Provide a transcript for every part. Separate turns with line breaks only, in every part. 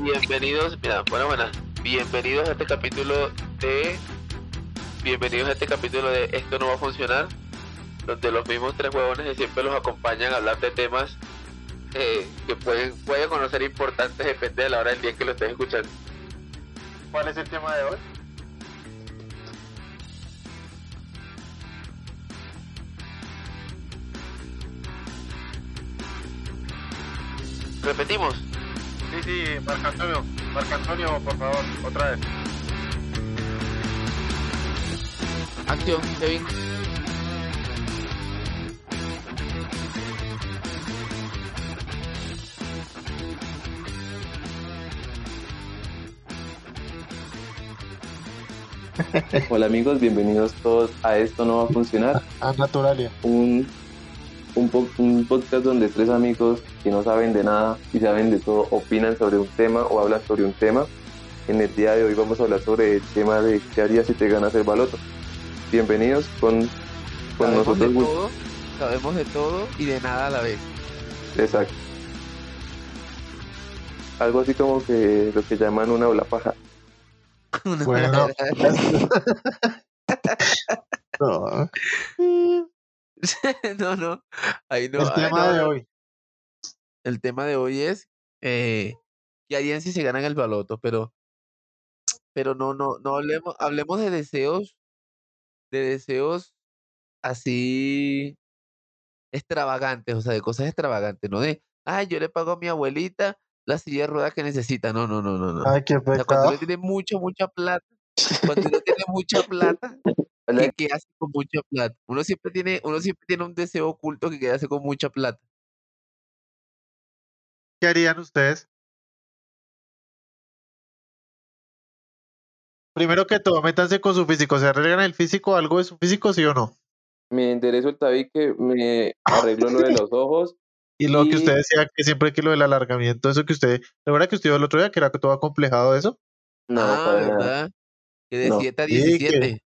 Bienvenidos, mira, bueno, buenas. Bienvenidos a este capítulo de. Bienvenidos a este capítulo de Esto no va a funcionar, donde los mismos tres huevones de siempre los acompañan a hablar de temas eh, que pueden, pueden conocer importantes, depende de la hora del día que lo estés escuchando.
¿Cuál es el tema de hoy?
Repetimos,
Sí, sí, Marco Antonio, Marco Antonio, por favor, otra vez.
acción, Kevin.
Hola amigos, bienvenidos todos a Esto No Va a Funcionar,
a Naturalia.
un, un, po- un podcast donde tres amigos que no saben de nada y saben de todo opinan sobre un tema o hablan sobre un tema. En el día de hoy vamos a hablar sobre el tema de qué harías si te ganas el baloto. Bienvenidos con, con
sabemos
nosotros.
de
Gus-
todo, sabemos de todo y de nada a la vez.
Exacto. Algo así como que lo que llaman una ola paja.
Bueno. No,
no, no, ahí no.
el
ahí
tema
no,
de
no.
hoy.
el tema de hoy es eh, qué harían si se ganan el baloto, pero pero no no no hablemos hablemos de deseos de deseos así extravagantes, o sea, de cosas extravagantes, no de ay, yo le pago a mi abuelita la silla de ruedas que necesita. No, no, no, no, no.
Ay, qué
O sea, cuando
pecado.
uno tiene mucha mucha plata, cuando uno tiene mucha plata,
Hola,
¿qué, qué hace con mucha plata? Uno siempre tiene uno siempre tiene un deseo oculto que quiere hacer con mucha plata.
¿Qué harían ustedes? Primero que todo, métanse con su físico. ¿Se arreglan el físico algo de su físico, sí o no?
Me enderezo el tabique, me arreglo lo de los ojos.
Y lo que
Sí.
usted decía, que siempre que lo del alargamiento, eso que usted, la verdad que usted dijo el otro día, que era todo acomplejado eso.
No,
ah,
para nada.
¿verdad? Que de
No.
7 a
Sí, que-
17.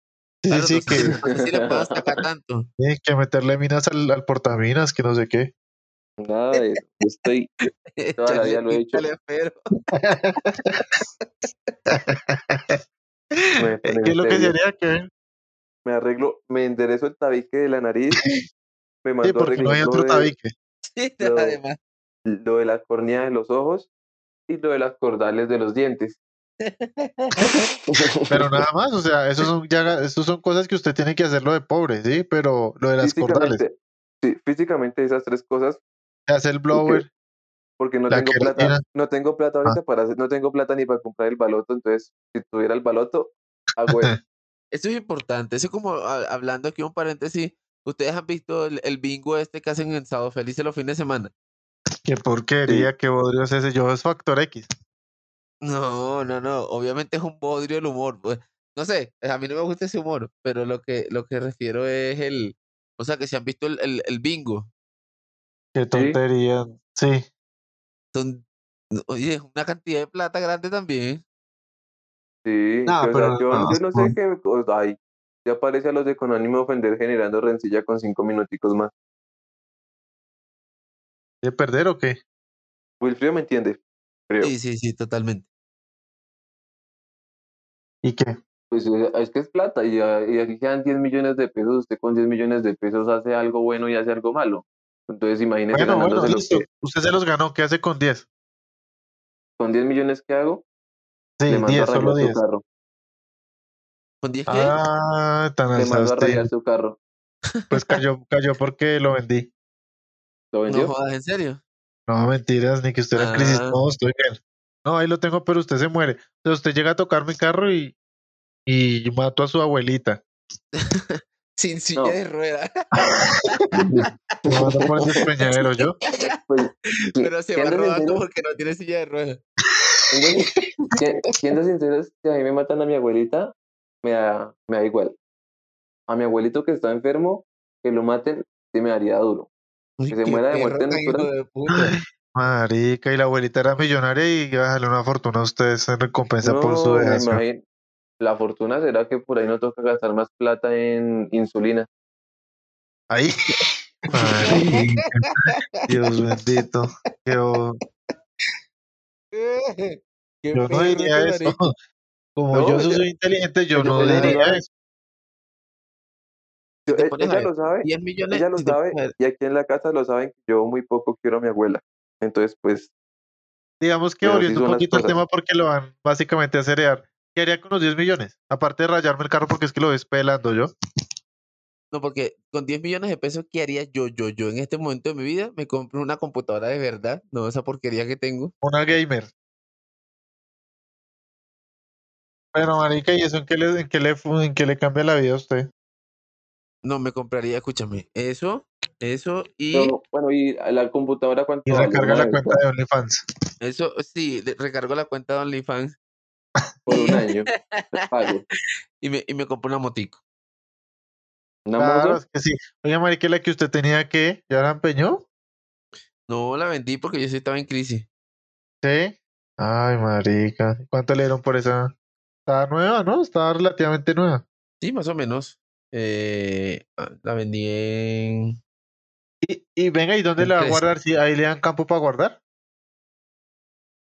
Sí,
Claro,
sí,
no
que,
sé si- no sé si le puedan sacar tanto.
sí, que meterle minas al, al portaminas, que no sé qué.
Nada de eso. Yo estoy Toda la vida
Echarle
lo he hecho.
quítale, pero-
Me,
Eh, ¿Qué es lo que se
serio,
haría, Kevin?
me arreglo, me enderezo el tabique de la nariz. Me
Sí,
mando a
porque no hay
arreglar
otro
lo, de,
tabique.
Sí,
Lo-
además.
lo de las córneas de los ojos y lo de las cordales de los dientes.
Pero nada más, o sea, eso son, ya, eso son cosas que usted tiene que hacerlo de pobre, ¿sí? Pero lo de las cordales,
físicamente, sí, físicamente esas tres cosas,
se hace el blower,
porque no
La
tengo
queratina. Ah.
plata, no tengo plata ahorita para hacer, no tengo plata ni para comprar el baloto, entonces si tuviera el baloto, ah, hago eso.
Eso es importante. Eso es como a- hablando aquí un paréntesis. Ustedes han visto el, el bingo este que hacen en Sábado Feliz los fines de semana.
qué porquería, qué bodrio es ese, yo es factor X.
No, no, no. Obviamente es un bodrio el humor. pues. No sé, a mí no me gusta ese humor, pero lo que, lo que refiero es el. O sea, que si han visto el, el- el bingo.
Qué tontería, sí.
Son, oye, es una cantidad de plata grande también.
Sí,
No,
que, o sea,
pero
yo,
no,
yo no sé qué, o- ay, ya aparece a los de con ánimo de ofender generando rencilla con cinco minuticos más.
¿De perder o qué?
Wilfrido me entiende, creo.
Sí, sí, sí, totalmente.
¿Y qué?
Pues eh, es que es plata y, ah, y así sean 10 millones de pesos, usted con 10 millones de pesos hace algo bueno y hace algo malo. Entonces imagínese
Bueno, bueno,
ganándose lo
listo.
que-
Usted se los ganó, ¿qué hace con 10?
con 10 millones que hago,
Sí,
le mando
10,
a rayar
solo
su
10.
carro.
¿Con 10 qué?
Ah, tan
Le
alzado
mando a
usted.
rayar su carro.
Pues cayó, cayó porque lo vendí.
¿Lo
No
vendió?
jodas, ¿en serio?
No, mentiras, ni que usted era en crisis.
Ah.
No, estoy bien. No, ahí lo tengo, pero usted se muere. O sea, usted llega a tocar mi carro y, y mató a su abuelita.
Sin silla
No.
de rueda.
Me mando por el despeñadero yo.
Pues,
Pero se va
siendo
rodando
sinceros,
porque no tiene silla de rueda.
siendo- si- siendo sinceros, si a mí me matan a mi abuelita, me da, me da igual. A mi abuelito que está enfermo, que lo maten, sí me haría duro.
Uy,
Que se
qué
muera de
perro
muerte
tan hijo
natural.
de puta.
Marica, y la abuelita era millonaria y iba a dejarle una fortuna a ustedes en recompensa por su
No, me
dejación.
imagino. La fortuna será que por ahí no toca gastar más plata en insulina.
Ahí. Marica, Dios bendito. Qué bo-
Qué
Yo no
perro
diría
ese
eso.
marica.
Como
No,
yo
yo-
soy inteligente, yo
yo
no
te diría
diría
eso.
eso.
Yo-
te
e-
pones a
ella
ver,
lo sabe,
10 millones.
ella lo
si te
sabe,
pones a ver,
y aquí en la casa lo saben que yo muy poco quiero a mi abuela. Entonces, pues,
Digamos que
Pero sí
volviendo un
son las
poquito al
cosas.
tema porque lo van básicamente a cerear. ¿Qué haría con los 10 millones? Aparte de rayarme el carro porque es que lo ves pelando yo.
No, porque con 10 millones de pesos, ¿qué haría yo, yo, yo en este momento de mi vida? Me compro una computadora de verdad, no esa porquería que tengo.
Una gamer. Pero marica, ¿y eso en qué le, en qué le, fu- en qué le cambia la vida a usted?
No, me compraría, escúchame, eso, eso y
no, bueno, y a la computadora cuánto
Y
vale?
recarga
Una
la
vez,
cuenta de OnlyFans.
eso, sí, le- recargo la cuenta de OnlyFans
por un año. te pago.
y me, y me compro una motico.
Una
Claro,
moto,
es que sí. Oiga, marica, ¿y la que usted tenía que, ¿ya la empeñó?
No la vendí porque yo sí estaba en crisis.
Sí. Ay, marica. ¿Cuánto le dieron por esa? Estaba nueva, ¿no? Estaba relativamente nueva.
Sí, más o menos. Eh, ah, la vendí en...
Y, y venga, ¿y dónde
En
la va a
tres.
guardar? Si ahí le dan campo para guardar.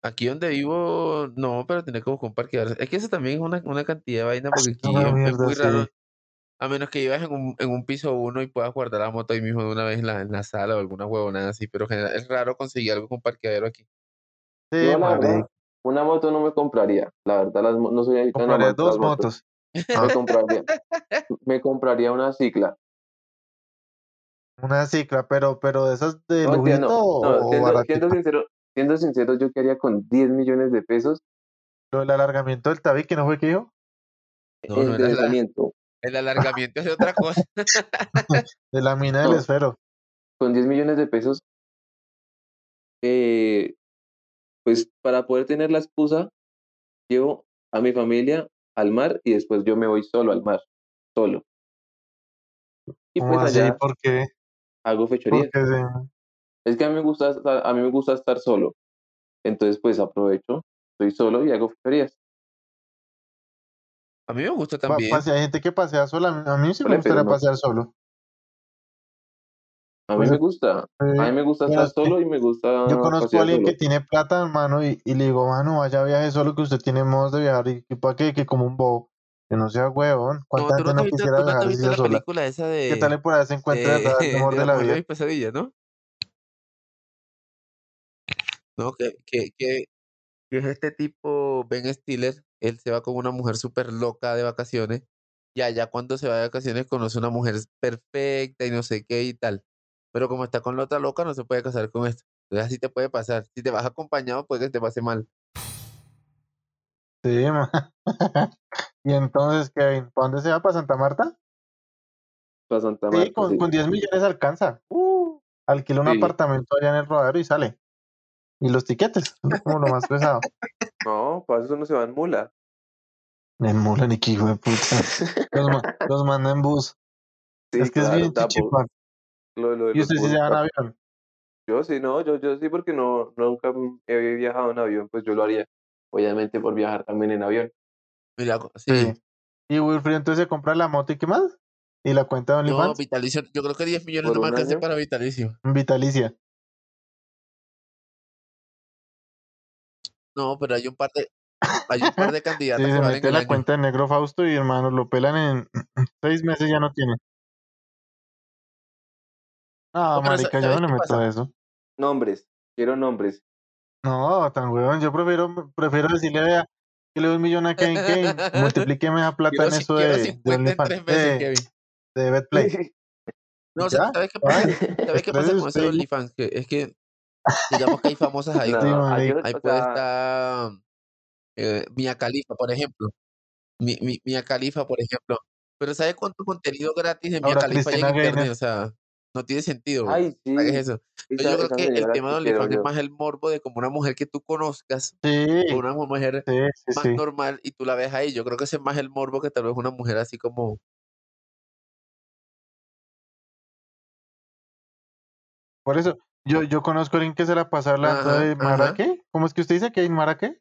Aquí donde vivo, no, pero tenía que buscar un parqueadero. Es que eso también es una, una cantidad de vaina porque aquí
una
es, es
mierda,
muy
sí.
raro. A menos que vivas en un, en un piso uno y puedas guardar la moto ahí mismo de una vez en la, en la sala o alguna huevonada así, pero general, es raro conseguir algo con parqueadero aquí.
Sí,
no, la
marica.
verdad, una moto no me compraría. La verdad, las mo- no soy adicto a la
Compraré
moto,
dos
las motos.
motos.
Me compraría, me compraría una cicla.
Una cicla, pero, pero de esas de
No,
lujito
entiendo,
o,
no,
o
siendo,
baratica.
siendo sincero, siendo sincero, yo quería con 10 millones de pesos
Lo del alargamiento del tabique, ¿no fue que dijo?
No, no
el
era la-
desaliento.
el alargamiento es de otra cosa.
De la mina del
No.
esfero.
Con 10 millones de pesos, eh, pues para poder tener la excusa, llevo a mi familia al mar y después yo me voy solo al mar, solo. Y
¿Cómo
pues
así?
allá
¿Por qué?
hago fechoría.
Porque se-
Es que a mí me gusta estar, a mí me gusta estar solo. Entonces, pues aprovecho, estoy solo y hago fechorías.
A mí me gusta
pa-
también.
pase- hay gente que pasea sola. A mí- A mí sí me
Ole, pero
gustaría
no.
pasear solo.
A mí
Pues,
me gusta, a mí
Eh,
me gusta
pero
estar
es que
solo y me gusta
yo conozco a
pasear
alguien
solo.
que tiene plata, hermano, y, y le digo, mano, vaya viaje solo que usted tiene modos de viajar y que para qué, que como un bobo. Que no sea huevón.
No,
¿Cuánta
tú no
gente
te
no
has visto,
quisiera
tú no te has
viajar
visto
así
la
sola?
película esa de,
¿Qué tal y por ahí se encuentra de
de,
verdad el amor
del
de la
amor de
vida?
mis pesadillas, ¿no? No, que, que, que, que es este tipo, Ben Stiller, él se va con una mujer súper loca de vacaciones y allá cuando se va de vacaciones conoce una mujer perfecta y no sé qué y tal. Pero como está con la otra loca, no se puede casar con esto. Entonces así te puede pasar. Si te vas acompañado, puede que te pase mal.
Sí, ma. Y entonces, Kevin, ¿para dónde se va? ¿Para Santa Marta?
Para Santa
Sí,
Marta,
con,
sí.
con 10 millones alcanza. Uh, alquila un
Sí.
apartamento allá en el rodadero y sale. Y los tiquetes, es como lo más pesado.
No, para eso no se va en mula.
Me mola ni que hijo de puta. Los, ma- los manda en bus.
Sí,
es que es
claro,
bien
tapo.
chichipa.
Lo, lo de
Y
los
usted sí
buses,
se va en
tapo.
avión.
Yo sí, no, yo, yo sí, porque no, nunca he viajado en avión, pues yo lo haría. Obviamente por viajar también en avión.
Mira, co- sí.
Sí. Y Wilfried entonces se compra la moto y qué más. Y la cuenta de
No,
OnlyFans,
vitalicio, yo creo que 10 millones
Por
no me
un
alcancen
año.
para vitalicio.
vitalicia.
No, pero hay un par de, hay un par de
Sí,
candidatas que
se
valen
mete
el
la
año.
cuenta de negro Fausto y hermano, lo pelan en seis meses ya no tiene. Ah,
No, pero sa-
marica, yo
¿sabes qué
no me meto
pasa?
a eso.
Nombres, quiero nombres.
No, tan huevón, yo prefiero, prefiero decirle, vea, que le doy un millón a Kevin Kevin, multiplíqueme esa plata
Quiero,
en
ci-
eso
quiero
de, de
50 en
OnlyFans,
tres meses,
de,
Kevin.
de Betplay.
No, sa-
Ya,
¿sabes qué pasa?
ay,
¿Sabes qué pasa
exprese
con eso
usted.
de OnlyFans? Que es que, digamos que hay famosas ahí.
Sí,
No, hay que-
marica.
Ahí
o
puede
sea,
estar eh, Mia Khalifa, por ejemplo. Mi, mi, Mia Khalifa, por ejemplo. Pero ¿sabes cuánto contenido gratis de Mia
Ahora
Khalifa hay en
Cristina
internet?
Gaynor.
O sea, no tiene sentido, güey.
ay,
¿Para qué
sí,
es eso? Entonces
esa,
yo creo
esa
que el
señora
tema de
sí quiero
OnlyFans es
yo.
más el morbo de como una mujer que tú conozcas, o
Sí,
una mujer
sí, sí,
más
sí.
normal y tú la ves ahí. Yo creo que ese es más el morbo que tal vez una mujer así como...
Por eso, yo, yo conozco a alguien que se la pasa hablando
Ajá,
de Mara,
ajá.
¿qué? ¿Cómo es que usted dice que hay Mara, qué?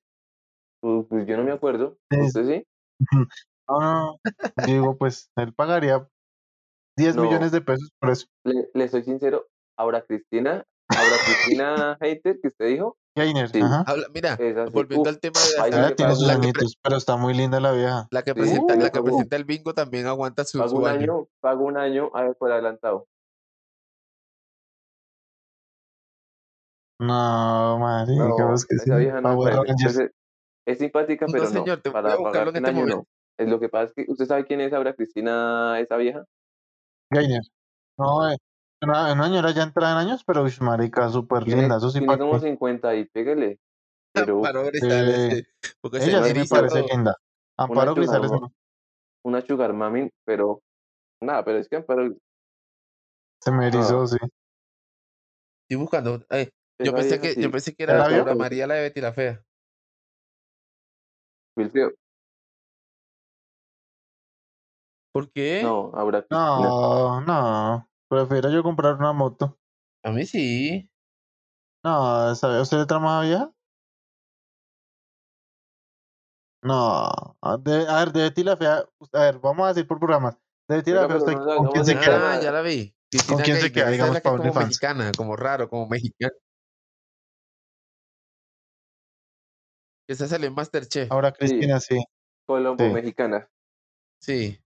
Pues, pues yo no me acuerdo,
Eh.
Es-
¿usted sí?
No, no, no. Yo digo, pues, él pagaría 10
No.
millones de pesos por eso.
Le, le soy sincero, ahora Cristina, ahora Cristina Hater que usted dijo,
Gainer,
Sí. Ah,
ajá.
Habla- mira,
Esa sí.
volviendo
Uf,
al tema de la,
ahí
la-
Ella
que
tiene
pasa.
sus
la que, pre-
añitos, pero está muy linda la vieja.
la que
Sí,
presenta,
Uh,
la
ella
que
pagó.
presenta el bingo también aguanta su,
Pago
su
un
año.
año, pago un año a ver, por adelantado.
No, marica,
No,
pues que sí.
esa vieja no me
Power
parece.
Rangers.
Entonces, es simpática,
No,
pero no.
señor, te voy a
Para
buscarlo
pagar
en
un
este
año, no.
momento.
Es lo que pasa es que usted sabe quién es Aura Cristina, esa vieja.
Gainer. No, eh, una, una señora ya entra en años, pero uy, marica, súper
Tiene,
linda, eso sí
tiene
para
como 50 y pégale. Pero
Amparo
Eh,
Grisales, sí, porque se
Ella
le
sí me
eriza
parece
todo.
linda. Amparo
ayuda,
Grisales,
¿no? una sugar mami, pero nada, pero es que Amparo.
se me erizó, sí.
Estoy buscando. ay, yo
esa
pensé
vieja
que,
sí,
yo pensé que
¿Ya
era
la vio?
Laura María la de Betty la Fea.
Wilfrido,
¿Por qué?
No, Aura Cristina.
No, no. Prefiero yo comprar una moto.
A mí sí.
No, ¿sabe usted otra más vieja? No. A de- a ver, de Betty la Fea. A ver, vamos a decir por programas. De Betty la
Oiga,
Fea,
pero
¿usted
no la
con quién
hagamos
se
de
queda?
nada.
Ah, ya la vi.
¿Con quién se
Gamer,
queda,
esa es
digamos,
la que
para
es como
OnlyFans?
mexicana, como raro, como mexicana. Esa salió en Masterchef.
Ahora Cristina, sí.
Colombo
Sí.
mexicana.
Sí.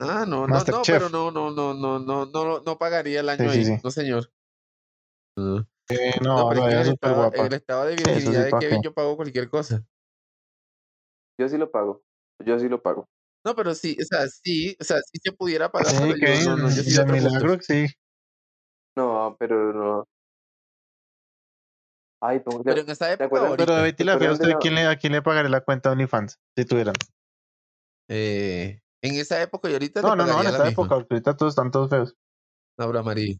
Ah, no, no, no,
Masterchef.
pero no, no, no, no, no, no, no pagaría el año
Sí, sí,
ahí,
sí.
no señor. No,
Eh,
pero
no, la
es que
vieja
en
es
el,
súper
estado, en
guapa.
el estado de
Sí, eso sí,
virginidad de
¿pa'
Kevin
qué?
yo pago cualquier cosa.
Yo sí lo pago. Yo sí lo pago.
No, pero sí, o sea, sí, o sea, sí se pudiera pagar,
Sí,
pero
que
yo no, no, yo soy de
de
otro punto.
milagro, sí.
No, pero no. Ay, pongo.
Pero en esa época
acuerdas?
ahorita,
Pero de Betty la Fea,
Recuerden de
¿usted
la-
quién le, a quién le pagaría la cuenta de OnlyFans? Si tuvieran.
eh, en esa época y ahorita
No,
le
no, no, en
pagaría la
esta
misma.
época, ahorita todos están todos feos.
Laura María.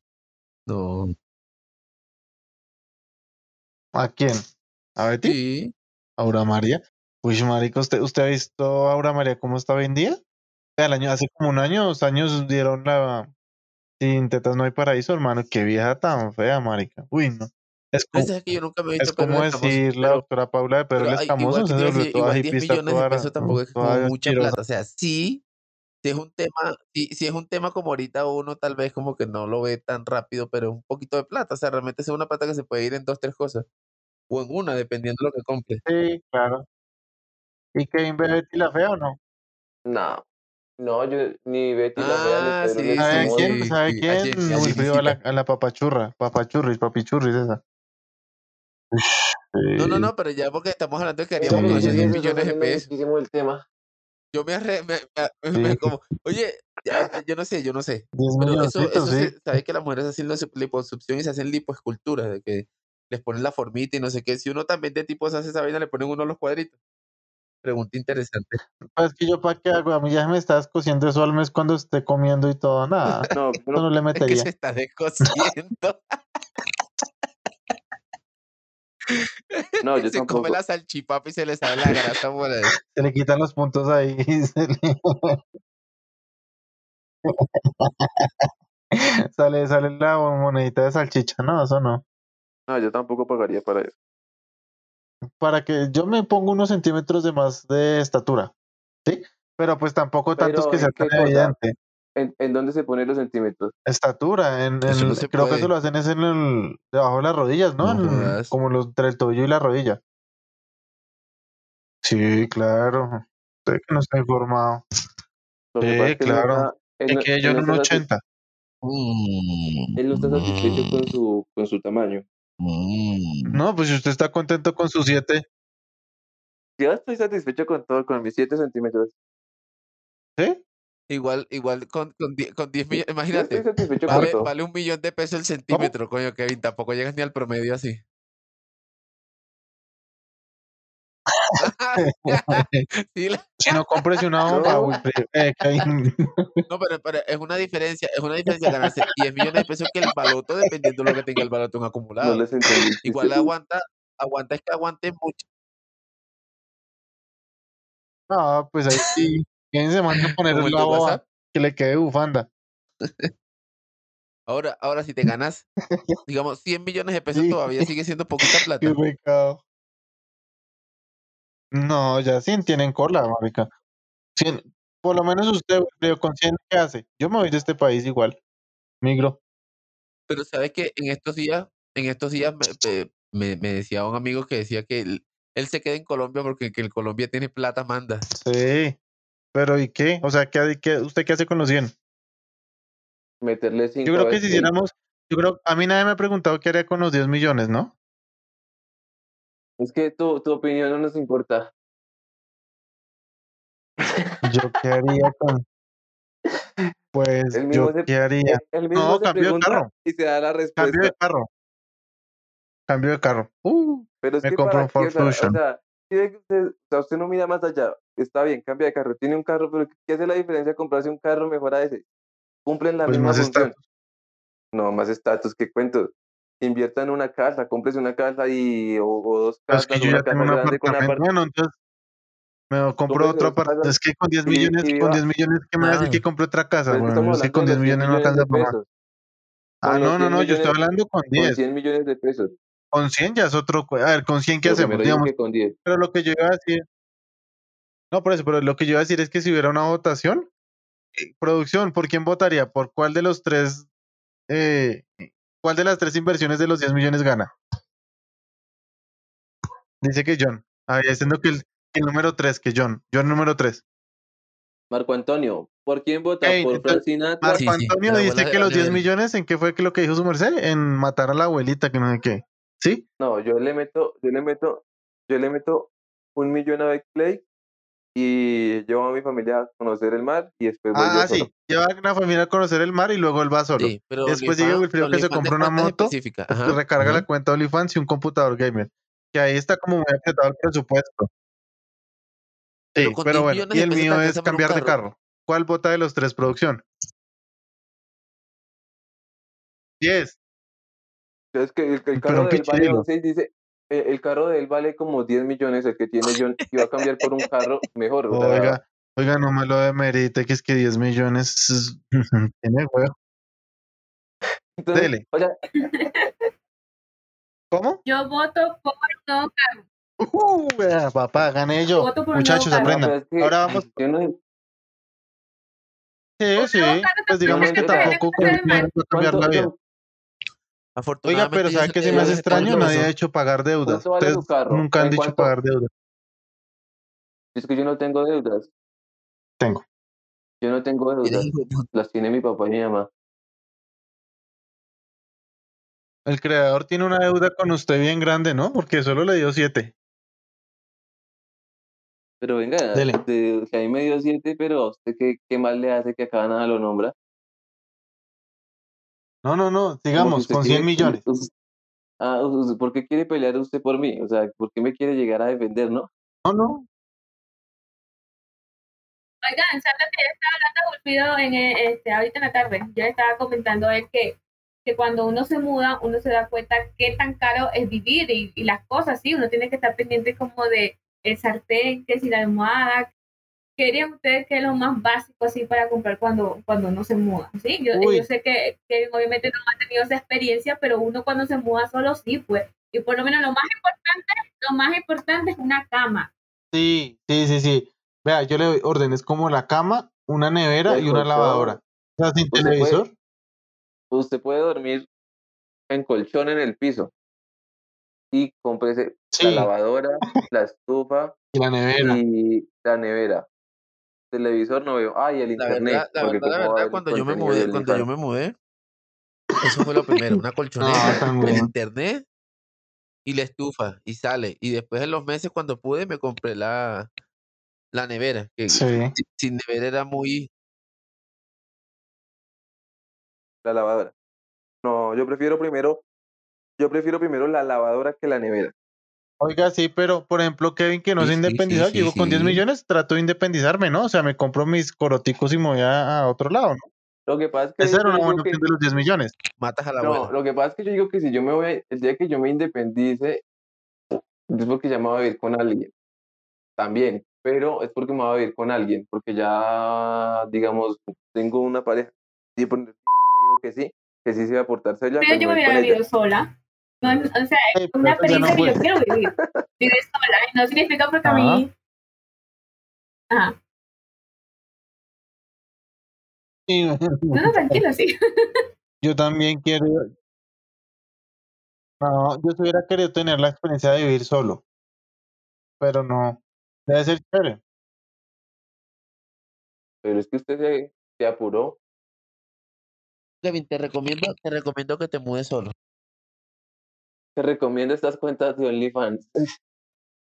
No.
¿A quién? ¿A Betty?
Sí.
Aura María. Uy, marica, ¿usted, ¿usted ha visto a Aura María cómo está hoy en día? O sea, el año, hace como un año, dos años dieron la... Sin tetas no hay paraíso, hermano. Qué vieja tan fea, marica. Uy, no. Es como,
Esa es que yo nunca me he
es
visto Pedro
como
el Escamoso,
decir la
pero-
doctora Paula de Pedro
pero
el
ay,
Escamoso,
igual
o
que
sea,
te
se
iba a
volvió
decir,
toda
igual 10
hipista,
millones de pesos
toda,
tampoco es como
toda
mucha
asquerosa.
plata. O sea, sí, sí es un tema, sí, sí es un tema como ahorita uno tal vez como que no lo ve tan rápido, pero es un poquito de plata. O sea, realmente es una plata que se puede ir en dos, tres cosas. O en una, dependiendo de lo que compre.
Sí, claro. ¿Y Kevin ve Betty la fea o no?
No. No, yo ni Betty la fea ni
Ah,
Pedro el
sí,
¿Sabe
sí,
Escamoso.
quién?
sí,
¿Sabe
sí. A
quién?
Jenny, a
Wilfrido a la,
Jennycita.
a la papachurra, papachurris, papichurris esa.
No, no, no, pero ya porque estamos hablando de que haríamos
Oiga,
con
pero
Sí,
yo
sí,
800
pienso que
millones de
estamos haciendo
pesos.
muchísimo el tema.
Yo me, arre, me, me-
Sí.
me como, oye, ya, yo no sé, yo no sé.
10
Pero eso,
milloncitos,
eso
sí.
se, sabes que las mujeres hacen la sup- liposucción y se hacen lipoesculturas, de que les ponen la formita y no sé qué. Si uno también de tipos hace esa vaina, le ponen uno los cuadritos. Pregunta interesante.
Pues que yo para qué hago, a mí ya me estás cociendo eso al mes cuando esté comiendo y todo, nada,
No, yo
eso
no,
no le
Es que
metería.
se está descosiendo.
no, yo
se come
tampoco.
la salchipapa y se le sale la grasa por ahí.
Se le quitan los puntos ahí. y se le- sale, sale la monedita de salchicha, no, eso no.
No, yo tampoco pagaría para eso.
Para que yo me ponga unos centímetros de más de estatura, ¿sí? Pero pues tampoco tantos
Pero,
que sea
¿en qué
tan
cosa?
evidente.
¿En, en dónde se ponen los centímetros?
Estatura, en,
Eso no
en-
se
creo que
puede.
eso lo hacen es en el, debajo de las rodillas, ¿no?
No
En-
jodas.
como los, entre el tobillo y la rodilla. Sí, claro. Usted que no está informado.
Lo que
Sí,
pasa es que él no
claro.
está, él
Es
no-
que yo
él
en
no
un
está sati-
80.
Mm,
él no está satisfecho con
mm,
su, con su tamaño.
mm.
No, pues si usted está contento con su 7,
Yo estoy satisfecho con todo, con mis 7 centímetros.
¿sí?
Igual, igual con, con, die- con 10 millones,
Yo estoy
imagínate,
satisfecho con
vale,
todo.
vale un millón de pesos el centímetro, coño, Kevin, tampoco llegas ni al promedio así. Sí, la-
si no, cómprese una bomba,
No.
Wilfrido. Eh, que hay-
No, pero, pero es una diferencia, es una diferencia ganarse 10 millones de pesos que el baloto, dependiendo de lo que tenga el balotón
No
acumulado.
les entendí.
Igual
disculpen.
aguanta, aguanta es que aguante mucho.
No, pues ahí sí. ¿Quién se manda a poner
Como el
la
de
boba?
WhatsApp.
Que le quede bufanda.
Ahora, ahora si te ganas, digamos, 100 millones de pesos
Sí.
todavía sigue siendo poquita plata.
Qué pecado. No, ya 100 tienen cola, marica. 100. Por lo menos usted, Wilfrido, con 100, ¿qué hace? Yo me voy de este país igual. Migro.
Pero sabes que en estos días, en estos días me, me, me decía un amigo que decía que él, él se queda en Colombia porque que el Colombia tiene plata, manda.
Sí. Pero ¿y qué? O sea, ¿qué, qué, usted qué hace con los 100?
Meterle este 5
Yo creo que si hiciéramos, yo creo, a mí nadie me ha preguntado qué haría con los 10 millones, ¿no?
Es que tu, tu opinión no nos importa.
Yo qué haría con... Pues
Él mismo
yo
se-
qué haría.
Él E, mismo
No,
se
cambio de
pregunta
carro,
y se da la
cambio de
respuesta.
carro. Cambio de carro. Uh,
Pero es
me
que
compro
para
un
qué,
Ford
o sea, o
Fusion.
sea, tiene que usted, o sea, usted no mira más allá. Está bien, cambia de carro. Tiene un carro, pero ¿qué hace la diferencia comprarse un carro mejor a ese? Cumplen la
pues
misma
más
función.
estatus.
No, más estatus que cuento. Invierta en una casa, cómprese una casa y, o, o dos
Pero es
casas,
que
o
yo
una
ya
casa
tengo un
grande con
apartamento.
apartamento.
Bueno, entonces me compro
Cómprese
otro
dos casas
apartamento. Es que con 10
y-
millones,
y
con
viva.
10 millones, ¿qué me va a decir
Nada.
que compré otra
Pero
casa,
es que
weón?
estamos
Es que
hablando
con
de
10
los 100
millones no
millones
alcanza
de
para más.
pesos.
Ah,
Con los
no, no,
100
no, yo estoy
millones,
hablando con
con
10.
100 millones de pesos.
Con 100 ya es otro. cu- A ver, con 100, ¿qué
Pero
hacemos?
primero dijo
Digamos,
que con 10.
pero lo que yo iba a decir. No, por eso, pero lo que yo iba a decir es que si hubiera una votación, eh, producción, ¿por quién votaría? ¿Por cuál de los tres, eh, cuál de las tres inversiones de los 10 millones gana? Dice que John. Ah, diciendo que el, que el número 3, que John. John número 3.
Marco Antonio, ¿por quién vota?
Ey,
¿Por
entonces,
Frank Sinatra?
Sí, eh,
Marco
sí,
Antonio
la
dice
abuela
que los 10
Gabriela.
millones, ¿en qué fue que lo que dijo su merced? En matar a la abuelita, que no sé qué. ¿Sí?
No, yo le meto, yo le meto, yo le meto un millón a Betplay y llevo a mi familia a conocer el mar y después voy yo
Ah,
solo.
sí. Lleva a una familia a conocer el mar y luego él va solo.
Sí, pero
Después llega
OnlyFans,
Wilfrido que se
OnlyFans de
compró una
cuentas
moto,
específicas.
se
Ajá,
recarga la
ajá.
cuenta OnlyFans y un computador gamer. Que ahí está como muy apretado el presupuesto.
Pero
Sí,
con
pero
10
bueno.
millones
Y
de
el
pesos te
mío es
alcanza para un
cambiar de
carro.
carro. ¿Cuál bota de los tres producción? 10.
Entonces que el, el
Pero
carro
un
de él vale
pichirilo.
11 y dice, eh, el carro de él vale como 10 millones el que tiene John y va a cambiar por un carro mejor. O sea,
Oiga, oiga, no me lo demerite, que es que 10 millones es- tiene, weón.
entonces,
Dele.
o sea,
¿Cómo?
Yo voto por un nuevo carro.
Ujú, vea, papá, gané yo.
Voto por
Oh,
un nuevo
Muchachos,
carro.
no,
aprendan.
pero es que
Ahora vamos.
yo no,
Sí,
Un nuevo
sí.
carro
yo no
Pues digamos
tampoco
que
tiene
entiendo.
tampoco
que ser
Wilfrido
mal.
va a cambiar
¿Cuánto,
la vida.
John,
Oiga,
Afortunadamente
pero
yo
¿sabe
sé
qué
Ah, que
se me
ellos
hace
no están
extraño?
en
Nadie ha
eso.
hecho pagar deudas.
cuánto vale
Ustedes
su carro?
nunca han
¿En
dicho
cuánto?
pagar deudas.
Es que yo no tengo deudas.
Tengo.
Yo no tengo
Eres
deudas.
hijo de puta.
Las tiene mi papá y mi mamá.
El creador tiene una deuda con usted bien grande, ¿no? Porque solo le dio 7.
Pero venga,
Dele.
de, que a mí me dio siete, pero a usted qué, qué mal le hace que acá nada lo nombra.
No, no, no.
Como que
Digamos,
usted
con 100
quiere.
millones.
us- ah, us- ¿Por qué quiere pelear usted por mí? O sea, ¿por qué me quiere llegar a defender, no?
No, no.
Oigan, ¿saben lo que yo estaba hablando Wilfrido en eh, este, ahorita en la tarde? Yo le estaba comentando a él que, que cuando uno se muda, uno se da cuenta qué tan caro es vivir y, y las cosas, sí, uno tiene que estar pendiente como de el sartén, que si la almohada. ¿Qué dirían ustedes que es lo más básico así para comprar cuando, cuando uno se muda? Sí, yo, yo
Uy.
sé que, que obviamente no ha tenido esa experiencia, pero uno cuando se muda solo sí, pues. Y por lo menos lo más importante, lo más importante es una cama.
Sí, sí, sí, sí. Vea, yo le doy órdenes como la cama, una nevera
El
y una
colchón.
lavadora. O sea, sin
Usted puede,
televisor.
usted puede dormir en colchón en el piso y cómprese la
Sí,
lavadora, Mm. la estufa
y la nevera.
y la nevera. Televisor no veo. Ah, y el
La
internet,
verdad, la
porque
verdad, la
cómo va a
verdad,
ver el
cuando yo me
contenido de
mudé, cuando yo
OnlyFans.
me mudé, eso fue lo primero, una
No,
colchoneta,
tan
el
bueno.
internet y la estufa y sale. Y después en los meses cuando pude me compré la, la nevera, que
Sí.
si- sin nevera era muy...
La lavadora. No, yo prefiero primero, yo prefiero primero la lavadora que la nevera.
Oiga, sí, pero por ejemplo, Kevin, que no
Sí,
se
sí, sí,
independizó,
sí,
llegó con 10
sí.
millones, trato de independizarme, ¿no? O sea, me compro mis coroticos y me voy a, a otro lado, ¿no?
Lo que pasa es que
Esa era
yo
una
digo
buena
que,
opción de los 10 millones.
Matas a la
no,
abuela.
lo que pasa es que yo digo que si yo me voy, a- el día que yo me independice, es porque ya me voy a vivir con alguien, también, pero es porque me voy a vivir con alguien, porque ya, digamos, tengo una pareja, y por- digo que sí, que sí se va a portar seria,
Pero
pues
yo
me voy
me hubiera
con ella.
vivido sola. No, o sea,
Ey,
es
pero
una
eso ya no
experiencia que
puede.
yo quiero vivir. Vivir sola. y No significa porque a
Ajá.
mí. Ajá.
Sí,
No, no, tranquilo, sí.
yo también quiero, No, yo sí hubiera querido tener la experiencia de vivir solo. Pero no. Debe ser chévere.
Pero es que usted se, se apuró.
Kevin, te recomiendo, te recomiendo que te mudes solo.
Te recomiendo estas cuentas de OnlyFans.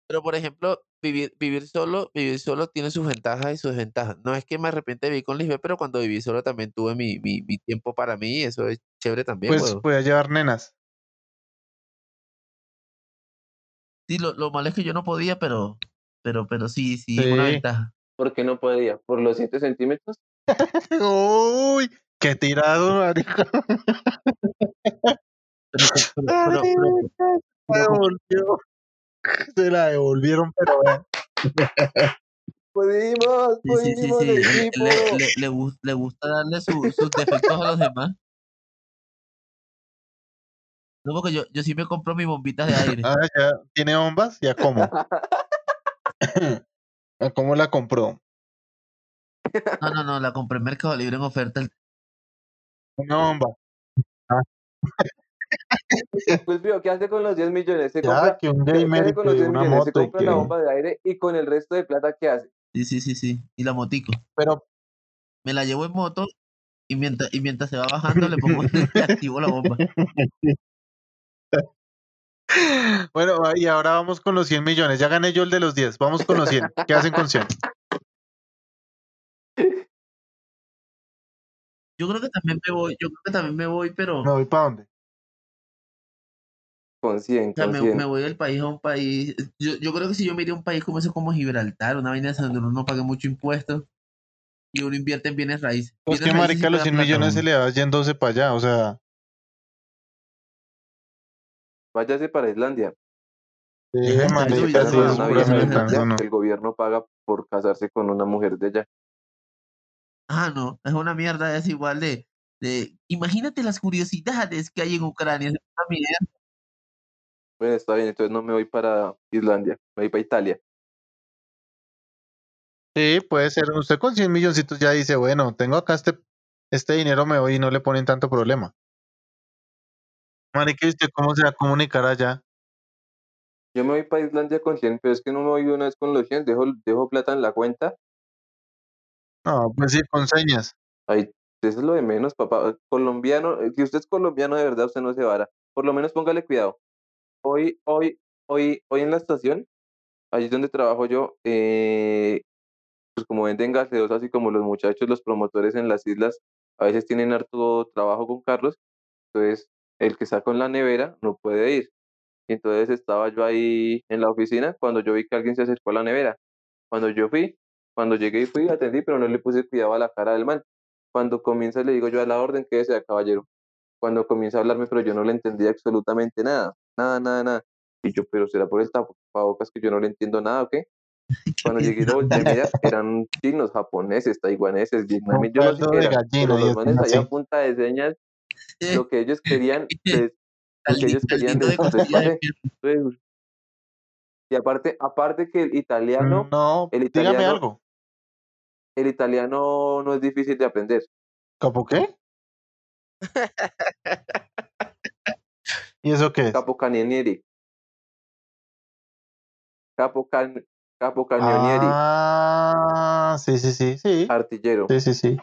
Pero por ejemplo, vivir, vivir solo, vivir solo tiene sus ventajas y sus desventajas. No es que me arrepiente de vivir con Lisbeth, pero cuando viví solo también tuve mi, mi, mi tiempo para mí, y eso es chévere también.
Pues
huevón.
podía llevar nenas.
Sí, lo, lo malo es que yo no podía, pero, pero, pero sí, sí, es una
Sí.
ventaja.
¿Por qué no podía? ¿Por los 7 centímetros?
Uy, qué tirado, marico.
Pero, pero- pero- pero-
Se devolvió. Se la devolvieron, pero vea.
¡Pudimos!
sí, sí, sí,
¡Pudimos,
sí, le-
equipo!
Le, le- le gus- le gusta darle su- sus defectos a los demás. No, porque yo, yo sí me compro mis bombitas de aire.
Ahora Ah, ya tiene bombas, ya cómo. ¿A ¿Cómo la compró?
No, no, no, la compré en Mercado Libre en oferta. el-
Una bomba.
Pues vio, ¿qué hace con los 10 millones? Se
Ya,
compra,
que un
¿qué- ¿qué
gamer
hace
y
con los
que
10
una
millones? Se
moto y
compra
que...
la bomba de aire y con el resto de plata, ¿qué hace?
Sí, sí, sí, sí. Y la motico.
Pero
Me la llevo en moto y mientras, y mientras se va bajando le pongo, le activo la bomba.
Bueno, ah, y ahora vamos con los 100 millones. Ya gané yo el de los 10. Vamos con los 100. ¿Qué hacen con 100?
Yo creo que también me voy, yo creo que también me voy, pero
¿Me voy para dónde?
Con 100,
o sea,
con
Pues
me,
100.
me voy del país a un país. Yo, yo creo que si yo me iría a un país como eso, como Gibraltar, una vaina de donde uno no pague mucho impuestos y uno invierte en bienes raíces.
Pues
Bienes
que
raíces sí
marica, los
pagan
100
plata,
millones se
weón.
le va yéndose para allá. O sea,
Váyase para Islandia.
sí,
Ajá,
marica,
sí, ya
sí,
se
es
van a
pura
vivir,
meta,
¿verdad?
eso no.
El gobierno paga por casarse con una mujer de allá.
Ah, no, es una mierda, es igual de, de... Imagínate las curiosidades que hay en Ucrania. es una mierda.
Bueno, está bien, entonces no me voy para Islandia, me voy para Italia.
Sí, puede ser. Usted con 100 milloncitos ya dice, bueno, tengo acá este, este dinero, me voy y no le ponen tanto problema. Marica, ¿y usted cómo se va a comunicar allá?
Yo me voy para Islandia con 100, pero es que no me voy de una vez con los 100, dejo, dejo plata en la cuenta.
No, pues sí, con señas.
Ahí, eso es lo de menos, papá. Colombiano, eh, si usted es colombiano de verdad, usted no se vara. Por lo menos póngale cuidado. Hoy, hoy, hoy, hoy en la estación, allí donde trabajo yo, eh, pues como venden gaseosas y como los muchachos, los promotores en las islas, a veces tienen harto trabajo con carros, entonces el que está con la nevera no puede ir. Y entonces estaba yo ahí en la oficina cuando yo vi que alguien se acercó a la nevera. Cuando yo fui, cuando llegué y fui, atendí, pero no le puse cuidado a la cara del man. Cuando comienza le digo yo a la orden que sea caballero. Cuando comienza a hablarme, pero yo no le entendía absolutamente nada, nada, nada, nada. Y yo, pero será por el tapabocas que yo no le entiendo nada o qué? Cuando llegué y lo volteé a mirar, eran chinos, japoneses, taiwaneses, vietnamitas, yo no sé
caldo
qué
de
eran,
gallina,
pero
y este
los
es
manes ahí
así.
a punta de señas,
Eh,
lo que ellos querían, les- lo que
caldi-
ellos querían
caldito de
les, les
costilla de
pasé. Entonces, Y aparte, aparte que el italiano,
No,
el
dígame
italiano-
algo. Mm.
el italiano no es difícil de aprender.
¿Capo qué? ¿Y eso qué es?
Capocanieri. Capocan, capocanionieri,
Ah, sí, sí, sí, sí.
artillero.
Sí, sí, sí.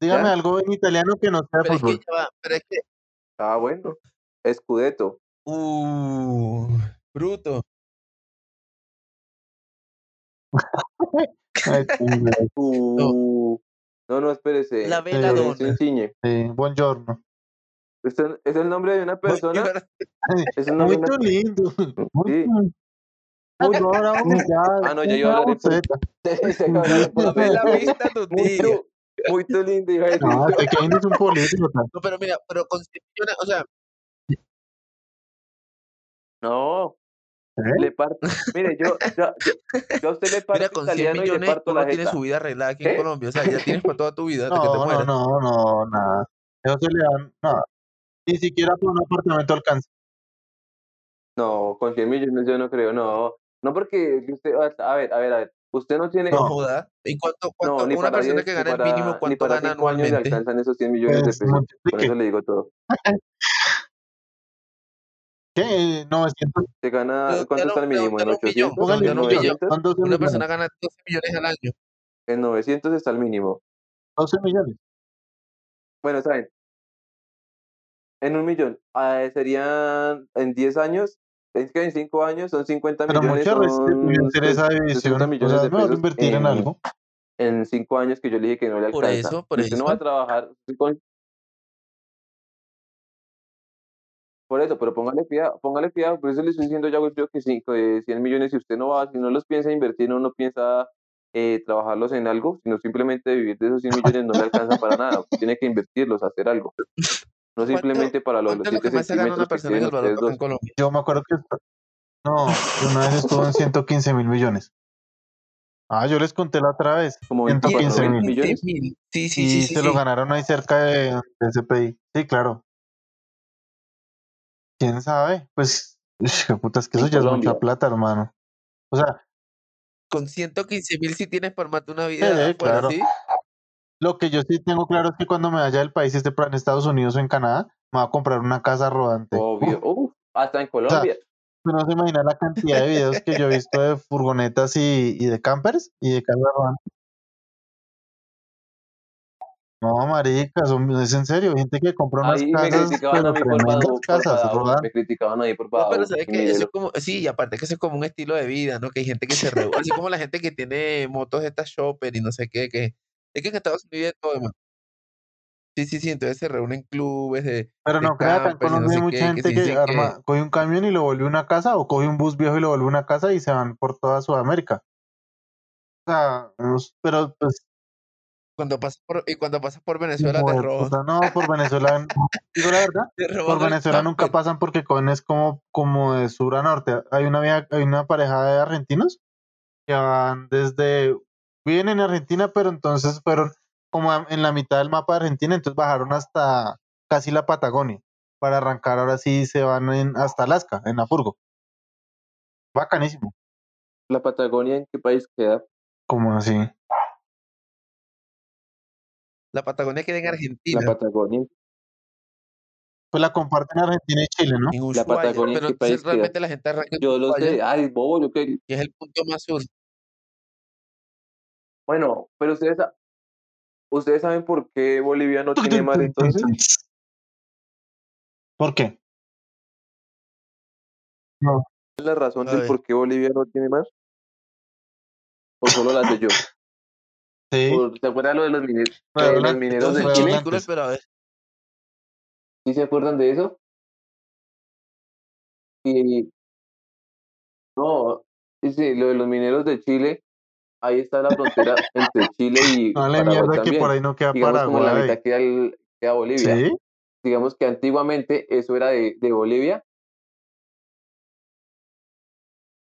Dígame
¿Ya?
Mm, algo en italiano que no sea
Pero es que
fútbol.
ya va, pero es que...
Ah, bueno. Escudeto.
Uh, bruto.
Ay, chinga,
Uh, no, no, espérese.
La
vela
Eh,
veladona.
Sinciñe.
sí, buongiorno.
Este es el nombre de una persona. Es el nombre de
Muy
una
lindo.
Sí.
Muy bravo,
Ah, no, ya iba a hablar en Se acaba de hablar en
Ve la
portugués.
vista tu
Muy
tía.
tu- Muy tu lindo, iba a decir.
No, este Kevin es un políglota.
No, pero mira, pero con 100 millones, o sea,
No,
¿Eh?
le parto. Mire, yo, yo, yo- yo a usted le
mira,
parto
con 100
italiano y le
millones
parto
tú no
la
tienes
jeta.
su vida arreglada aquí en
¿Qué?
Colombia, o sea, ya tienes para toda tu vida hasta que te
No, no,
mueras.
no, no, nada. Eso se le dan, nada. Ni siquiera por un apartamento alcanza.
No, con 100 millones yo no creo, no. No porque usted, a a ver, a ver, a ver. Usted no tiene.
No joda. ¿Y cuánto, cuánto-
no, ni
una
para
persona
10,
que
ni
gana el
para-
mínimo,
ni
cuánto
para
gana
cinco años le
anualmente?
alcanzan esos 100 millones de
Pues,
pesos. Por eso
multiplique.
le digo todo.
¿Qué? 900.
Se
Pero
gana,
usted
¿cuánto
no-
está el
usted-
mínimo?
usted
¿En
no pilló,
800?
póngale
¿En
un millón.
900?
Son 12
Una
millones.
persona gana 12 millones al año.
En 900 está el mínimo.
12 millones.
Bueno, ¿saben? En un millón. ah, serían en 10 años. Es que en 5 años son 50
Pero
millones.
muchas veces
son
me interesa
60
división. O
millones
sea,
de
es mejor
pesos
invertir en algo.
En 5 años que yo le dije que no le
Por
alcanza.
eso, por
Si usted no
eso.
va a trabajar con- Por eso, pero póngale cuidado, póngale cuidado, por eso le estoy diciendo ya güey, yo que 5 de 100 millones, si usted no va, si no los piensa invertir, no, no piensa eh, trabajarlos en algo, sino simplemente vivir de esos 100 millones no le alcanza para nada, tiene que invertirlos, hacer algo. No simplemente para los
¿Cuánto es lo que
7
más se gana
centímetros
una
que
persona en
tienen
el
ustedes
baloto
dos.
en Colombia?
Yo me acuerdo que. No, yo una vez estuvo en 115 mil millones. Ah, yo les conté la otra vez.
Como
115
24 mil
mil.
millones.
mil. Sí, sí,
y
sí. sí,
se lo
sí.
ganaron ahí cerca de, de CPI. Sí, claro. ¿Quién sabe? Pues, ush, qué puta, es que
En
eso ya es
Colombia.
mucha plata, hermano. O sea,
Con 115 mil si tienes para armarte una vida
Eh,
Sí,
afuera,
claro.
¿sí?
Lo que yo sí tengo claro es que cuando me vaya del país, este plan Estados Unidos o en Canadá, me va a comprar una casa rodante.
Obvio.
Uf,
Uf, hasta en Colombia.
tú no se imagina la cantidad de videos que yo he visto de furgonetas y, y de campers y de casas rodantes. No, marica, son- es en serio, gente que compra unas
Ahí me
casas,
criticaban a
pero
mí por
tremendas
Badu, por
casas
Badaú,
rodantes.
me criticaban ahí por
No,
Badaú.
pero sabes
y
que
mírelo.
eso es como, sí, y aparte que eso es como un estilo de vida, ¿no? Que hay gente que se reúne, así como la gente que tiene motos estas shopper y no sé qué, que es que en Estados Unidos es todo demás. Sí, sí, sí, entonces se reúnen clubes de,
Pero
de
no crea, acá en
campers y no
Colombia hay
sé qué,
mucha
que se
gente que
dicen que
arma, coge un camión y lo vuelve una casa, o coge un bus viejo y lo vuelve una casa y se van por toda Sudamérica. O sea, nos- pero pues,
cuando pasas por, y cuando pasas por Venezuela
hijo
te
de
roban,
puta, no, por Venezuela, digo la verdad,
te roban
por
el
Venezuela nunca
camper.
pasan porque cogen es como, como de sur a norte. Hay una vieja- hay una pareja de argentinos que van desde, viven en Argentina, pero entonces fueron como a- en la mitad del mapa de Argentina, entonces bajaron hasta casi la Patagonia para arrancar. Ahora sí se van en- hasta Alaska, en la furgo. Bacanísimo.
¿La Patagonia en qué país queda?
Como así.
La Patagonia queda en Argentina,
La Patagonia.
Pues la comparten Argentina y Chile, ¿no?
en Ushuaia,
Patagonia, ¿en
pero
qué
entonces
país queda?
realmente la gente arranca en
Yo lo
Ushuaia,
sé. Ay, bobo, yo que.
que es el punto más sur.
Bueno, pero ustedes, sa- ustedes saben por qué Bolivia no tiene mar entonces.
¿Por qué?
¿Cuál es la razón
A
del
ver.
por qué Bolivia no tiene mar? O solo la sé yo.
Sí.
Por- ¿Se acuerdan lo de los mineros?
Pero
los
la-
mineros
Entonces,
de
pero
yo
Chile?
me
la-
calculo, pero a ver,
¿Sí se acuerdan de eso? Y no, y sí, lo de los mineros de Chile, ahí está la frontera entre Chile y
No le
Paraguay
mierda que
también.
por ahí no queda
Digamos como en la
Paraguay.
mitad queda, el- queda Bolivia.
Sí.
digamos que antiguamente eso era de, de Bolivia.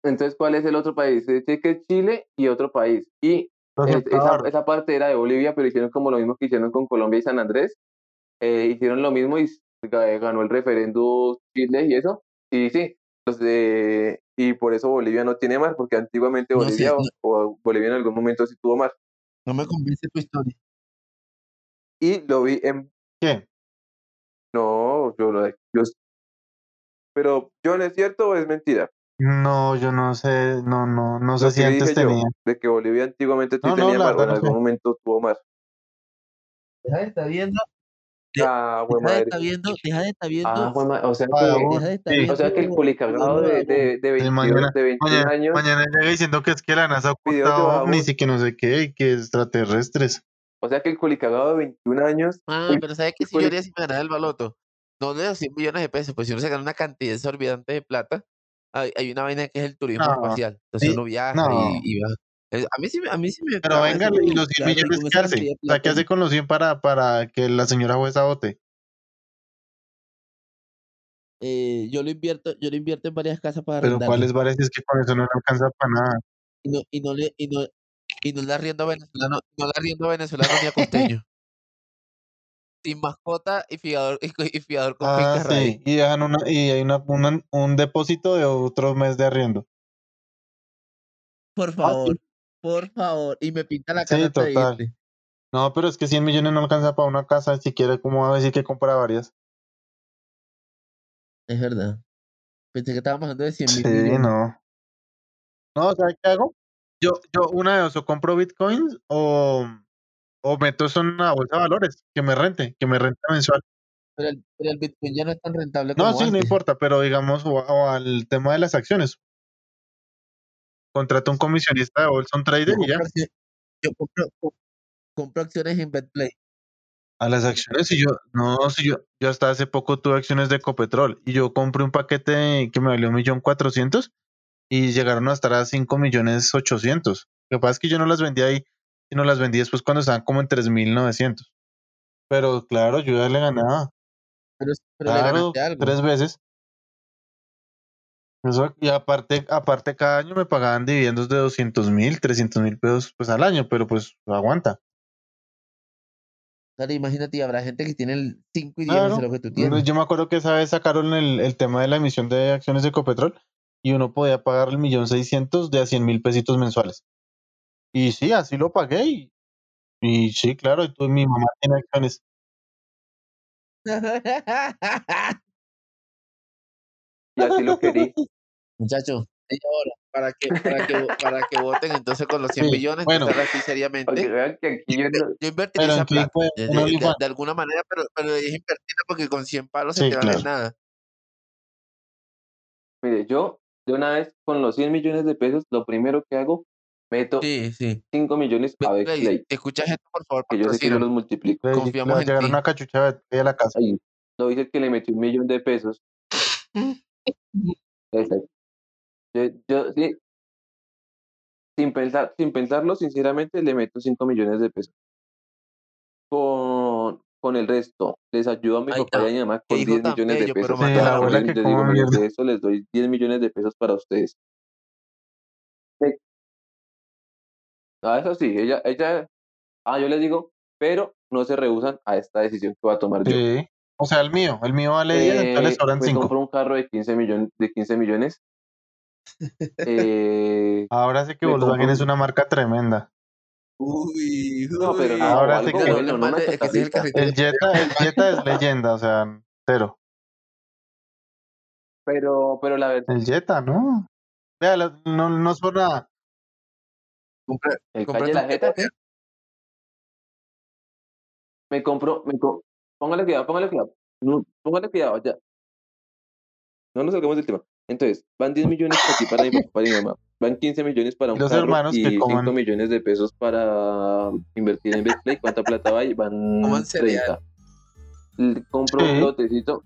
Entonces, ¿cuál es el otro país? Se dice que es Chile y otro país. Y
Los
es- esa,
Ecuador.
esa parte era de Bolivia, pero hicieron como lo mismo que hicieron con Colombia y San Andrés. Eh, hicieron lo mismo y ga- eh, ganó el referendo Chile y eso. Y sí, los de- y por eso Bolivia no tiene mar, porque antiguamente
No sé,
Bolivia o-
no.
o Bolivia en algún momento sí tuvo mar.
no me convence tu historia.
Y lo vi en
¿Qué?
No, yo lo yo- Pero, John, ¿es cierto o es mentira?
No, yo no sé, no, no, no sé
Lo
si
que
antes
dije yo,
tenía.
de que Bolivia antiguamente sí
No, no,
tenía
la
mar, o en
verdad no
algún
sé.
momento tuvo mar.
Deja de estar viendo, Ya,
Ah,
deja
güey,
de
madre.
estar viendo, deja de estar viendo,
Ah, güey, madre. O sea
Para
que,
uno.
deja de estar
Sí.
viendo.
o sea que el culicagado de, de, de 22,
mañana-
de 21
Mañana,
años.
mañana llega diciendo que es que la NASA ha
Videos de
ocultado
babos.
ovnis y que no sé qué, y que extraterrestres.
O sea que el culicagado de 21 años.
Ah, pero ¿sabes qué? Si
Pues-
yo haría si me ganara el baloto, no de los 100 millones de pesos, pues si uno se gana una cantidad exorbitante de plata, hay, hay una vaina que es el turismo
No,
espacial. Entonces
sí,
uno viaja
no.
y, y va. Es- A mí sí, me- a mí sí me.
Pero
trama
venga,
decir,
¿y
"Uy,
los 100
claro, y
millones
con
qué
esa
hace?
cantidad de
O sea, ¿qué
plata,
hace con los 100 para, para que la señora jueza vote?
eh, yo lo invierto, yo lo invierto en varias casas para
Pero
arrendarlas.
¿cuáles varias es que con eso no le alcanza para nada?
Y no, y no le, y no, y no la riendo a venezolano, no la riendo a venezolano ni a costeño. Sin mascota y fiador, y, co- y fiador con
Ah,
fincas raíz.
sí, y dejan una, y hay una, una- un depósito de otro mes de arriendo.
Por
Ah,
favor.
sí.
por favor. Y me pinta la
Sí,
cara hasta
total.
irte.
No, pero es que 100 millones no alcanza para una casa, siquiera como va a decir que compra varias.
Es verdad. Pensé que estábamos hablando de 100 mil.
Sí, no. No, ¿sabes qué hago? Yo, yo una de dos, o compro bitcoins o, o meto eso en una bolsa de valores, que me rente, que me rente mensual.
Pero, el, pero el Bitcoin ya no es tan rentable como
No, sí, no
antes.
importa, pero digamos, o, o al tema de las acciones. Contrato un comisionista de bolsa, un
Yo
trader y ya.
compro, acci- yo compro- co- compro acciones en BetPlay.
A las acciones, y yo, no, si yo, yo hasta hace poco tuve acciones de Ecopetrol y yo compré un paquete que me valió un millón cuatrocientos y llegaron a estar a cinco millones ochocientos. Lo que pasa es que yo no las vendí ahí, sino las vendí después cuando estaban como en tres mil novecientos. Pero claro, yo ya le ganaba,
Pero, pero le
claro,
ganaste algo.
tres veces. Eso- y aparte, aparte cada año me pagaban dividendos de doscientos mil, trescientos mil pesos pues al año, pero pues aguanta.
Claro, imagínate, y habrá gente que tiene el 5 y 10
Claro,
veces lo que tú
No,
tienes.
Yo me acuerdo que esa vez sacaron el, el tema de la emisión de acciones de Ecopetrol y uno podía pagar el millón seiscientos de a cien mil pesitos mensuales. Y sí, así lo pagué y, y sí, claro, y tú, mi mamá tiene acciones.
Y así lo querí.
Muchachos, media hora para que, para que, para que voten entonces con los 100
Sí,
millones.
bueno.
entonces, ahora sí,
Para que
seriamente.
vean que aquí yo no-
Yo invertí
Pero
esa
en qué
plata.
fue
De,
en
de-
OnlyFans.
de alguna manera, pero, pero es invertirla porque con 100 palos se
Sí,
te van en
claro.
nada.
Mire, yo de una vez con los 100 millones de pesos, lo primero que hago, meto
Sí, sí.
5 millones a
Betplay,
Betplay,
si escuchas esto, por favor,
que yo sé que yo
patrocínanos.
los multiplico.
Le-
Confiamos
le va a
en
llegar
ti.
una cachucha de té a la casa.
Ahí, no dice que le metí un millón de pesos. Exacto. Yo, yo sí, sin, pensar, sin pensarlo, sinceramente, le meto 5 millones de pesos. Con, con el resto, les ayudo a mi
Ay,
papá y a mi mamá
qué
con
hijo
10
tan
millones de
bello, pero
pesos.
Sí, la
cada
abuela
uno.
que
Yo digo,
coma
"Miren,
mierda".
de eso les doy 10 millones de pesos para ustedes. Eh, Ah, eso sí, ella, ella, ah, yo les digo, pero no se rehusan a esta decisión que voy a tomar yo.
Sí. O sea, el mío, el mío vale 10, entonces le
Eh,
sobran
me
5.
compro un carro de 15 millones, de 15 millones. Eh,
Ahora sé que
me
Volkswagen
compro-
es una marca tremenda.
Uy,
no, pero
uy.
nada,
Ah, Ahora sí
algo
que-
bueno, no
Menos
una
mal, es que ese es el
chatarrita.
carrito
El
que-
Jetta, el Jetta es leyenda, o sea, cero.
Pero, pero la verdad,
El Jetta, ¿no? Vea, la- no, no es por nada.
compra-
el
comprate
calle
un
la jeta,
Jetta.
me compro, me co- póngale cuidado, póngale cuidado, no, póngale cuidado, ya. No nos salgamos del tema. Entonces, van 10 millones aquí para mi papá y mi mamá. Van 15 millones para un
Los
carro
hermanos que
y 5
coman.
millones de pesos para invertir en Betplay. ¿Cuánta plata va? ahí? Van
Coman cereal.
30. L- Compro
Sí.
un lotecito,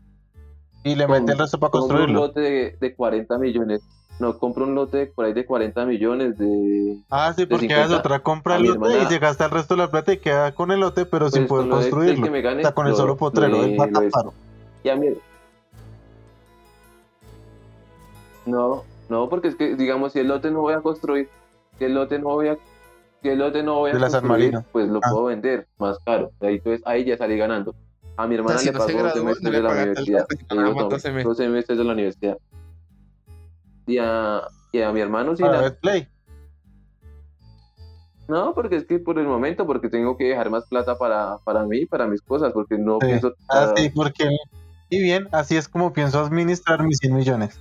Y le
Con-
mete el resto para
compro un
construirlo.
lote de, de 40 millones. No, compro un lote por ahí de 40 millones de...
Ah, sí, porque
50.
haces otra compra
A
el
mi
lote y
hermana-
se gasta el resto de la plata y queda con el lote, pero sin
Pues
poder
con lo de- del
construirlo.
que me gane,
Está con el
lo-
solo
lo
potrero, es
de-
más
lo de-
caro.
Y a mí- No, no, porque es que, digamos, si el lote no voy a construir, si el lote no voy a, si el lote no voy a
De la San
construir,
Marino.
pues lo
Ah.
puedo vender más caro. Ahí, entonces, ahí ya salí ganando. A mi hermana
si
le
no se
pagó dos
graduó, no
semestres
le
de la
pagaste el
universidad.
resto,
Le
nada
digo,
más
no,
dos semestres.
dos semestres de la universidad. Y a, y a mi hermano sí
Para
nada.
Betplay.
No, porque es que por el momento, porque tengo que dejar más plata para, para mí, para mis cosas, porque no
Sí.
pienso...
Ah,
ah,
sí, porque. Y bien, así es como pienso administrar mis 100 millones.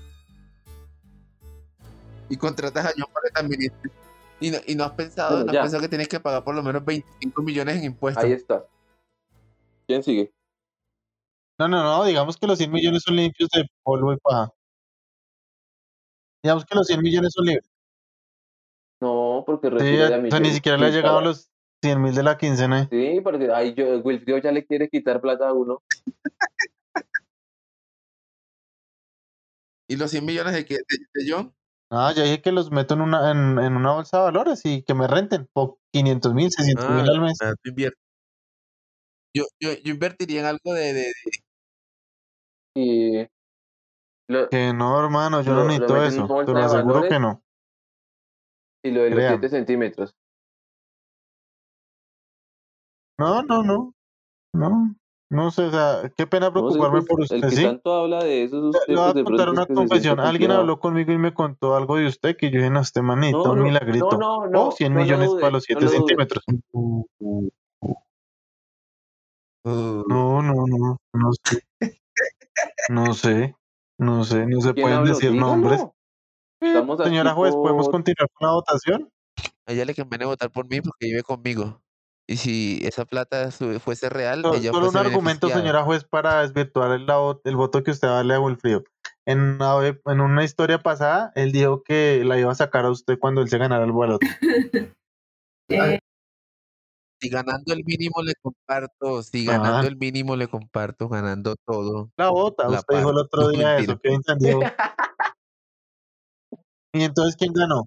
Y contratas a John para que administre. Y no, y no has pensado,
Bueno,
no has
ya.
pensado que tienes que pagar por lo menos 25 millones en impuestos.
Ahí está. ¿Quién sigue?
No, no, no, digamos que los 100 millones son limpios de polvo y paja. Digamos que los 100 millones son libres.
No, porque
Sí,
retiro ya
o
mi...
sea, ni siquiera le ha
mi
llegado a
paga.
los 100 mil de la quincena. eh.
Sí, porque ahí yo, Wilfrido ya le quiere quitar plata a uno.
Y los 100 millones de, que, de, de John,
No, ya dije que los meto en una, en, en una bolsa de valores y que me renten por 500 mil, 600 mil
Ah,
al mes.
ah, tú inviertes. Yo, yo, yo invertiría en algo de, de-
Y lo,
Que no, hermano, yo
Lo-
no
lo
necesito
meten en
eso.
una
Te
bolsa
lo
de
aseguro
valores.
que no.
y lo de los
Créame.
7 centímetros.
No, no, no. No. No sé, o sea, qué pena preocuparme
pues,
por
el
usted,
que
¿sí?
tanto habla de eso es usted.
Le voy a
pues, de
contar
pronto
una
es que se siente
confesión. Alguien
confiado.
habló conmigo y me contó algo de usted que yo dije, no, este manito,
No,
un
no,
milagrito.
No, no, no.
oh, 100
no lo
millones
dude,
para los
no
7
lo dude.
centímetros. No, no, no, no sé. No sé, no sé, no se
¿Quién
pueden
habló?
decir
Dígalo.
nombres. Eh,
Estamos aquí
Señora juez, ¿podemos
por-
continuar con la votación?
A ella le conviene votar por mí porque vive conmigo. Y si esa plata su- fuese real,
So-
ella
Solo un
fuese
argumento,
beneficiada.
señora juez, para desvirtuar el, la vo- el voto que usted va a darle a Wilfrido. En una, ve- en una historia pasada, él dijo que la iba a sacar a usted cuando él se ganara el baloto.
Eh,
Si ganando el mínimo le comparto, si
Ah.
ganando el mínimo le comparto, ganando todo.
La bota,
La
usted dijo el
parte.
otro día
Mentira.
eso, que entendió. y entonces, ¿quién ganó?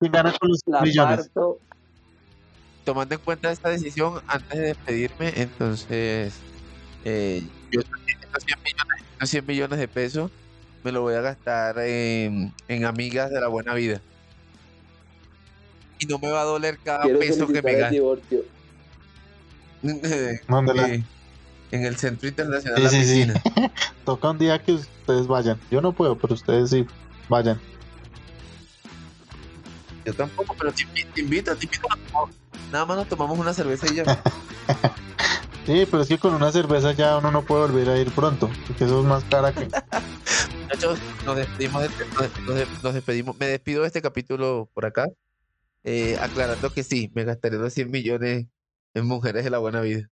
¿Quién gana con los
La
millones?
parto.
Tomando en cuenta esta decisión, antes de despedirme, entonces, eh, yo estos 100 millones, estos 100 millones de pesos me lo voy a gastar en, en amigas de la buena vida. Y no me va a doler cada
Quiero
peso Ah, pues, que
solicitar
me
el
gaste.
divorcio.
Mándela.
Eh, en el Centro Internacional
Sí,
La
sí, sí.
Piscina.
Toca un día que ustedes vayan. Yo no puedo, pero ustedes sí vayan.
Yo tampoco, pero te invi- te invito, te invito. Nada más nos tomamos una cerveza y ya.
Sí, pero es que con una cerveza ya uno no puede volver a ir pronto, porque eso es más cara que...
Muchachos, nos despedimos, de- este, nos, nos- nos despedimos. Me despido de este capítulo por acá, eh, aclarando que sí, me gastaré los 100 millones en mujeres de la buena vida.